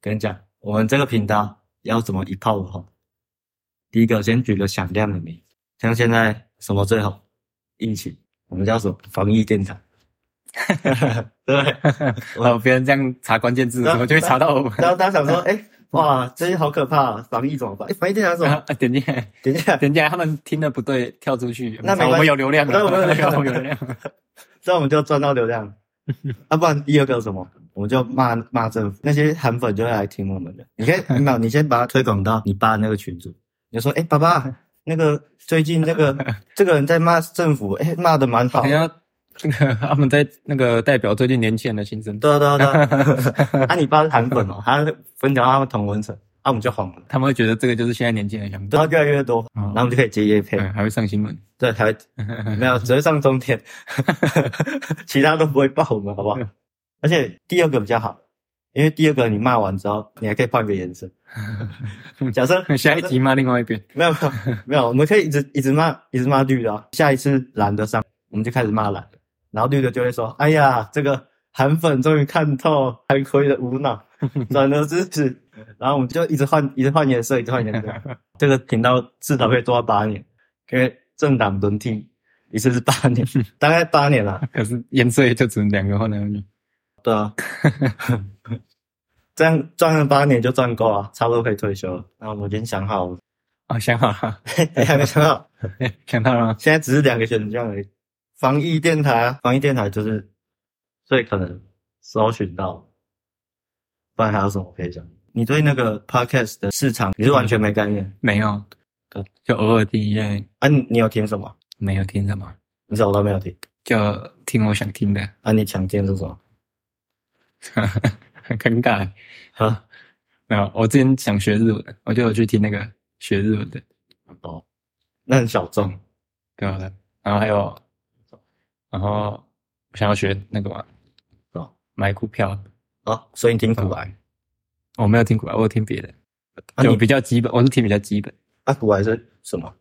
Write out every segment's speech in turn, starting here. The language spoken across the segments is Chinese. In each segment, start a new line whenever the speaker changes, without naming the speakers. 跟你讲，我们这个频道要怎么一炮而红？第一个先举个响亮的名，像现在什么最红？疫情，我们叫什么？防疫电 台。对不对，
然后别人这样查关键字，
然
怎
后
么就会查到我们？
然后大家想说，哎、哇，最近好可怕、啊，防疫怎么办？哎、防疫电台怎么
然后
办？
点进来，
等一下，
点进来，他们听的不对，跳出去。
那没关系
我们有流量了，
那我们有流量
我们有流量。
这样我们就赚到流量 了。啊，不然第二个什么，我们就骂骂政府，那些韩粉就会来听我们的。你可以，没有，你先把它推广到你爸那个群组，你就说，哎、爸 爸，那个最近那个这个人在骂政府，哎、骂的蛮好
好
的。
像那个他们在那个代表最近年轻人的心声，
对啊对啊对啊，啊，你爸是韩粉哦，他分掉他们同温层，啊，我们就红了，
他们会觉得这个就是现在年轻人想
然
法，
后越来越多，
嗯
然后我们就可以接业配，
嗯，还会上新闻。
对，才会 没有，只会上中天， 其他都不会爆我们，好不好？而且第二个比较好，因为第二个你骂完之后，你还可以换个颜色。假设
下一集骂另外一边，
没有没有没有，我们可以一直一直骂一直骂绿的、啊，下一次蓝的上，我们就开始骂蓝的，然后绿的就会说：“哎呀，这个韩粉终于看透韩奎的无 脑，转而支持。”然后我们就一直换一直换颜色，一直换颜色。这哎个频道至少可以做到八年，因为政党轮替一次是八年， 大概八年了。
可是颜色也就只能两个换来换去。
对啊， 这样赚了八年就赚够啊，差不多可以退休了。那我们已经想好了，
哦，想好了，
还没想好。
想到了吗，
现在只是两个选项而已。防疫电台啊，防疫电台就是最可能搜寻到，不然还有什么可以讲？你对那个 podcast 的市场你是完全没概念
没有
对，
就偶尔听一下，
啊？你你有听什么？
没有听什么，
你什么都没有听
就听我想听的，
啊？你想听是什么？
很尴尬。
啊，
没有，我之前想学日文，我就有去听那个学日文的，
哦，那很小众。
对吧？然后还有，然后我想要学那个嘛，
哦
买股票，
哦，所以你听古玩
我没有听股票，我有听别的，
啊
就
你
比较基本，我是听比较基本，
啊？古玩是什么？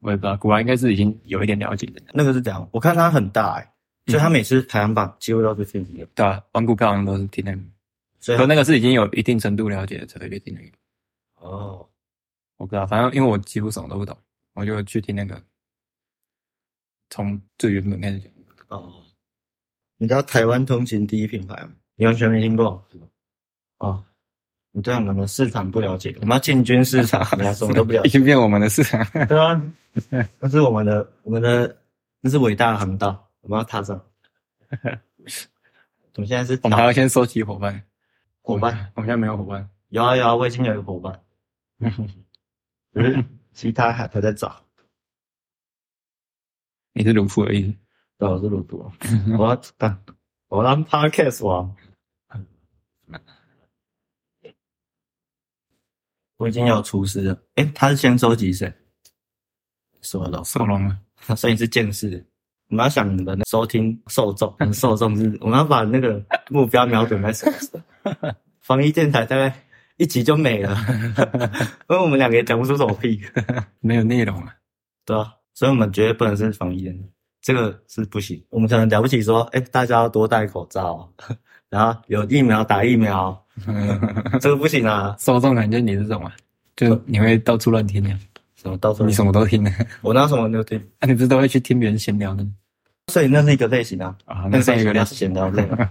我也不知道，股票应该是已经有一点了解的，
那个是这样，我看它很大哎、所以它每次排行榜几乎都是第一的，
对吧、玩股票好像都是听那个，
所以
可
它
那个是已经有一定程度了解的才会去听那个，
哦，
我不知道，反正因为我几乎什么都不懂，我就去听那个，从最原本开始讲，
哦，你知道台湾通勤第一品牌吗？你完全没听过。哦，你对我们的市场不了解，我们要进军市 场，我们俩什么都不了
已
解。
经变我们的市场，
对啊，那是我们的，我们的，那是伟大的航道，我们要踏上。我们现在是
我们还要先收集伙伴，
伙伴，，
我们现在没有伙伴。
有啊有啊，我已经有一个伙 伴，只是其他还还在找。
你是卢夫而已。
对，啊我是鲁多， 我要当我当 podcast 王。我已经有厨师了，诶，他是先收集谁？说了，
索隆啊，
所以你是见识的。我们要想你们的收听受 众，受众是，我们要把那个目标瞄准在什么时候？ 防疫电台大概一集就没 了，因为我们两个也讲不出什么屁，
没有内容啊，
对啊，所以我们绝对不能是防疫人，这个是不行。我们可能了不起说，哎、大家要多戴口罩，啊 然后有疫苗打疫苗，啊这个不行啊。
受众感觉你是什么？就你会到处乱听的，
什么到时候
你什么都听的。
我拿什么都听，
啊，你不是都会去听别人闲聊的
所以那是一个类型啊，
啊？
那
是
算
一
一
个
个
类
类
型。
型的类型，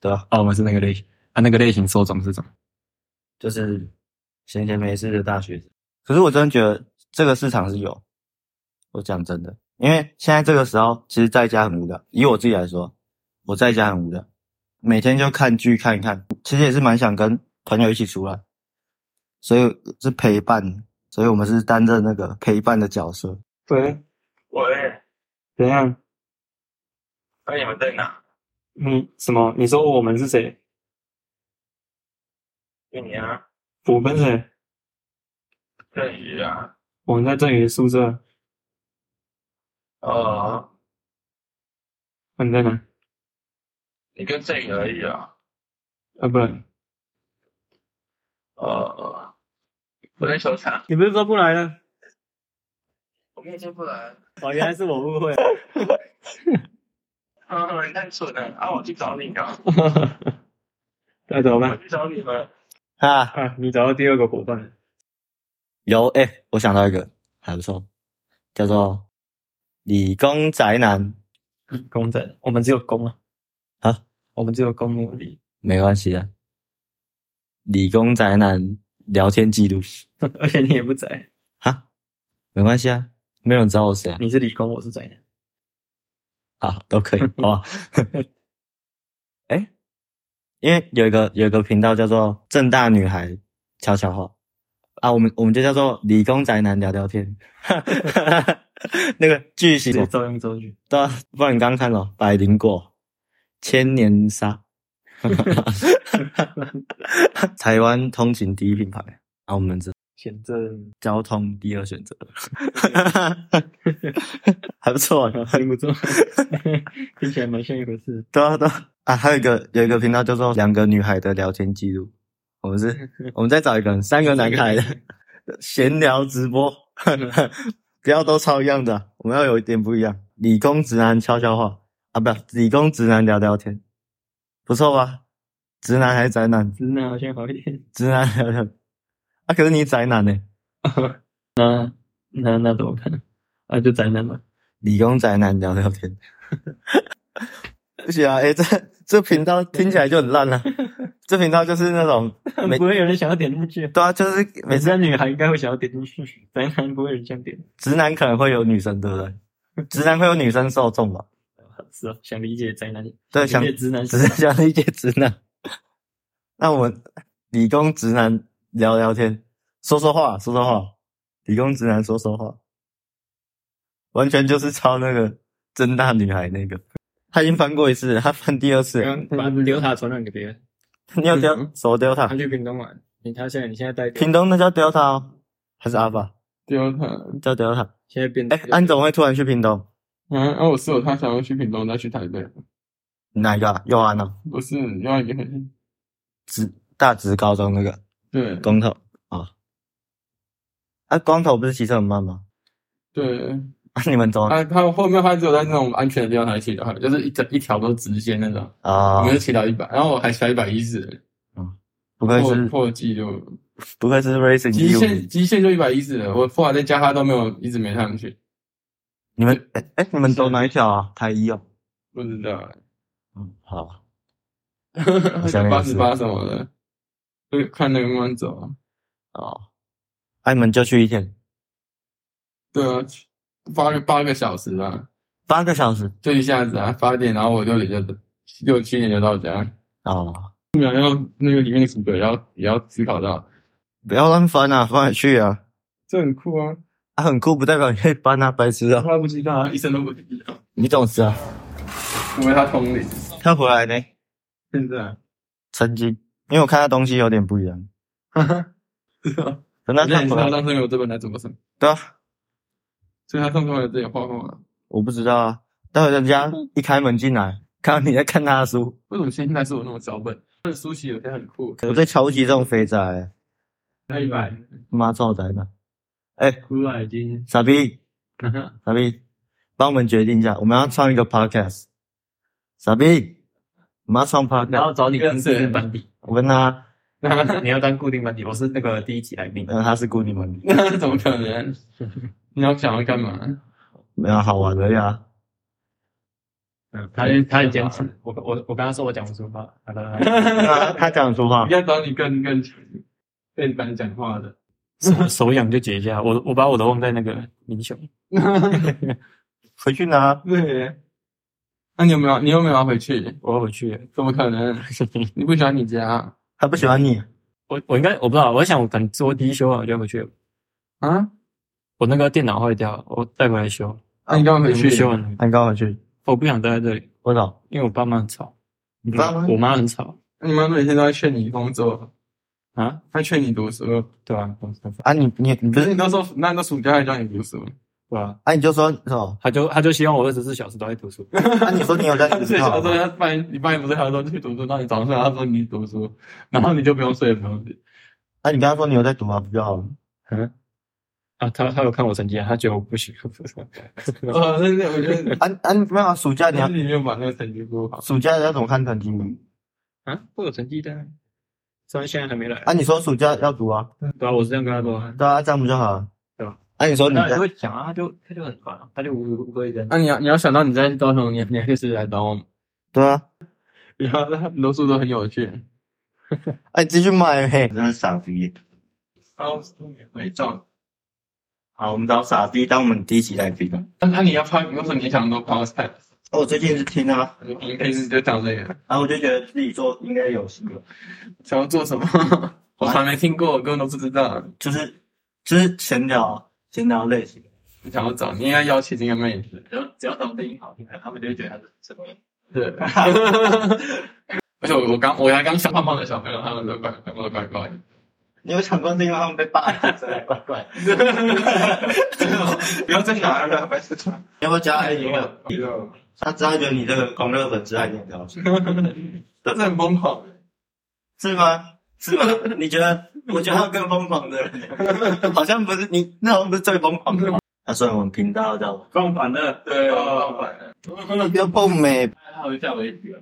对啊，
哦，我们是那个类型啊，那个类型受众是什么？
就是闲闲没事的大学生。可是我真的觉得这个市场是有，我讲真的，因为现在这个时候，其实在家很无聊。以我自己来说，我在家很无聊，每天就看剧看一看，其实也是蛮想跟朋友一起出来，所以是陪伴，所以我们是担任那个陪伴的角色。
喂，喂，怎样？那你们在哪？嗯，什么？你说我们是谁？
就你啊，
我们谁？
振宇啊，
我们在郑宇的宿舍。
哦，
啊，你在哪？
你跟振宇而已啊，
啊，不然
哦，我在球场，
你不是说不来了？
我们已经不来了，
哦，原来是我误会。
嗯，你太蠢了，啊，我去找你啊，
那怎么
我
办？
去找你们，
哈，
啊，你找到第二个伙伴了，
有哎、我想到一个还不错，叫做理工宅男，
公仔，我们只有公啊，
啊，
我们只有公有理，
没关系啊。理工宅男聊天记录
而且你也不宅，
哈，没关系啊，没有人知道我是谁啊，
你是理工，我是宅男，
啊，都可以，好吧？ 哎、因为有一个有一个频道叫做正大女孩悄悄话啊，我们我们就叫做理工宅男聊聊天， 那个巨
直
型
接照用造句。
对啊，不然你刚刚看了《百灵果》《千年杀》，台湾通勤第一品牌啊，我们知
前 阵
交通第二选择， 还不错、啊，
听不错， 听起来蛮像一回 事。
对啊对啊啊，还有一个有一个频道叫做“两个女孩的聊天记录”，我们 是，我们再找一个人，三个男孩 的闲聊直播， 不要都超一样的啊、我们要有一点不一样。理工直男悄悄话啊，不，理工直男聊聊天，不错吧？直男还是宅男？
直男好像好一点，
直男聊聊啊，可是你宅男呢、
那那那怎么看？啊，就宅男嘛，
理工宅男聊聊天，不行啊！哎、这这频道听起来就很烂了、这频道就是那种每
不会有人想要点进 去。
对啊，就是每
每
次
次女孩应该会想要点进去，宅男不会有人想点。
直男可能会有女生，对不对？直男会有女生受众吧？
是啊，想理解宅男，
对，想
理解直男
只是想理解直男。那我们理工直男聊聊天，说说话，啊说说话，理工直男说说话，完全就是抄那个真大女孩那个。他已经翻过一次了，他翻第二次了。
刚把丢塔传染给别人，
你有丢
嗯
什么 Delta？
他去屏东玩，你他现在你现在带
屏东那叫 Delta 哦，还是 Alpha
丢塔，
叫 Delta？
现在变
哎，安总会突然去屏东，
嗯，然后我室友他想要去屏东，再去台北，
哪一个啊？佑安哦，
不是要一个
职大职高中那个。
对
光头啊，啊，光头不是骑车很慢吗？
对，
啊，你们走啊
他他后面他只有在那种安全的地方才骑的，就是一整一条都直线那种，
啊
我就骑到一百，然后我还骑到一百一十，
不愧
破
是
破纪录，
不愧是 racing
极
一五
限极限就一百一十了，我后来再加他都没有一直没上去，
你们哎哎，你们走哪一条啊？台一哦，
不知道，
嗯，好，想
八
也
十
是
八什么的，就看那个慢慢走啊。
哦，哎，你们就去一天，
对啊，八个八个小时啊，
八个小时
就一下子啊，八点，然后我六点就六七点就到家。
哦，
然后那个里面的骨骼也要也要思考到，
不要乱翻啊，翻来去啊，
这很酷啊！
啊，很酷，不代表你可以搬啊，白痴啊，
他不知道啊，一生都不知道，
你懂事啊，
除非他通灵。
他回来呢，
现在，
曾经，因为我看他东西有点不一样，
哈哈，是啊，
等他
那你知
看回
道
来，
当时有这本来怎么生，
对啊，
所以他上次来这里画画，
我不知道啊，待会人家一开门进来，看到你在看他的书，
为什么现在是我那么小本？他的书写有些很酷，
我最瞧不起这种肥宅、
那一百
妈臭宅男！哎、
出来已经，
傻逼，
哈哈
傻逼，帮我们决定一下，我们要创一个 podcast。傻逼，我们要创 podcast，
然后找你当固定班底，
我跟他，
你要当固定班底，我是那个第一期来宾。
呃，他是顾你们，
那怎么可能？你要想要干 嘛？
没有好玩的呀。
嗯，他他也讲不出，我我我跟他说我讲不出话，好了，
他他讲出话
应，该找你更更更敢讲话的。
手手痒就解一下，我我把我的忘在那个明雄，
回去拿。
对，那你有没有？你有没有要回去？
我要回去了。
怎么可 能？你不喜欢你家
他不喜欢你，
我我应该我不知道，我在想我可能做第一修啊，我就回去了。
啊？
我那个电脑坏掉，我带回来修，
那你干嘛回去？
修完。
蛋糕回去。
我不想待在这里，
我操，
因为我爸妈很吵，
你爸妈
我妈很吵
你妈每天都在劝你工作，
啊，
她劝你读书，
对啊，我很烦
啊你你你不
可是
是
你都说那都暑假还叫你读书，
对啊，
啊你就说什么？
他就他就希望我二十四小时都在读书，
啊你说你有在
她睡
知
觉
道
的时候，她半夜你半夜不是还说去读书，那你早上她说你读书， 然后你就不用睡了，不用
啊你跟他说你有在读啊，不就好了？
嗯，啊，他他有看我成绩啊，他觉得我不行。
呃，那那我觉得
啊啊，你没有啊，暑假你
那
要
是你没有把那个成绩过好。
暑假要怎么看成绩？
啊，会有成绩单，虽然现在还没来，
啊，你说暑假要读啊，
对啊，我是这样跟他说啊。
对啊，这样不就好了？
对吧？
啊，你说你
那也
在
会讲啊，他就他就很烦啊，他就无无所谓的。
那、你要你要想到你在高雄，你你还可以试着来找我们，
对啊，
然后很多书都很有趣。
哎，你继续买嘿，真是傻逼。
高中也会照，
好，我们找傻逼当我们第一期来宾吧。啊
但那 你要泡，为什么你想做泡菜？
哦，我最近是听啊，
你你平时就讲这个，
然后我就觉得自己做应该有戏了，
想要做什么？ 我还没听过，我根本都不知道。
就是就是闲聊闲聊类型。
你想要找，你应该邀请这个妹 子。
然后只要长得音好听的，他们就会觉得他是什么？
对， 而且我我刚我才刚想胖胖的小朋友，他们都怪他们都怪怪的。
你有想过是因为他们被霸凌，所以怪 怪？
不要再拿了，白痴穿。
要不要加他一个？
你知道吗？
他知道觉得你这个狂热粉丝还挺高兴，
真的很疯狂。
是吗？是吗？你觉得？我觉得他更疯狂的人，好像不是你，那好像不是最疯狂的吗。那虽然我们频道叫
放反了，对，啊
放
放反了。
不要碰美，
他会下围棋了。